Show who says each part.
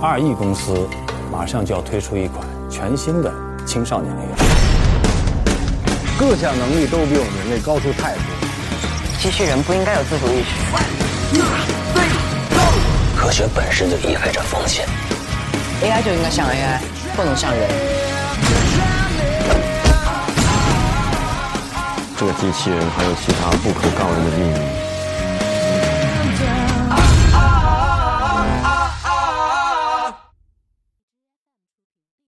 Speaker 1: 二亿公司马上就要推出一款全新的青少年 AI。
Speaker 2: 各项能力都比我们人类高出太多。
Speaker 3: 机器人不应该有自主意识。
Speaker 4: 科学本身就意味着风险。
Speaker 3: AI 就应该像 AI，不能像人。
Speaker 5: 这个机器人还有其他不可告人的秘密。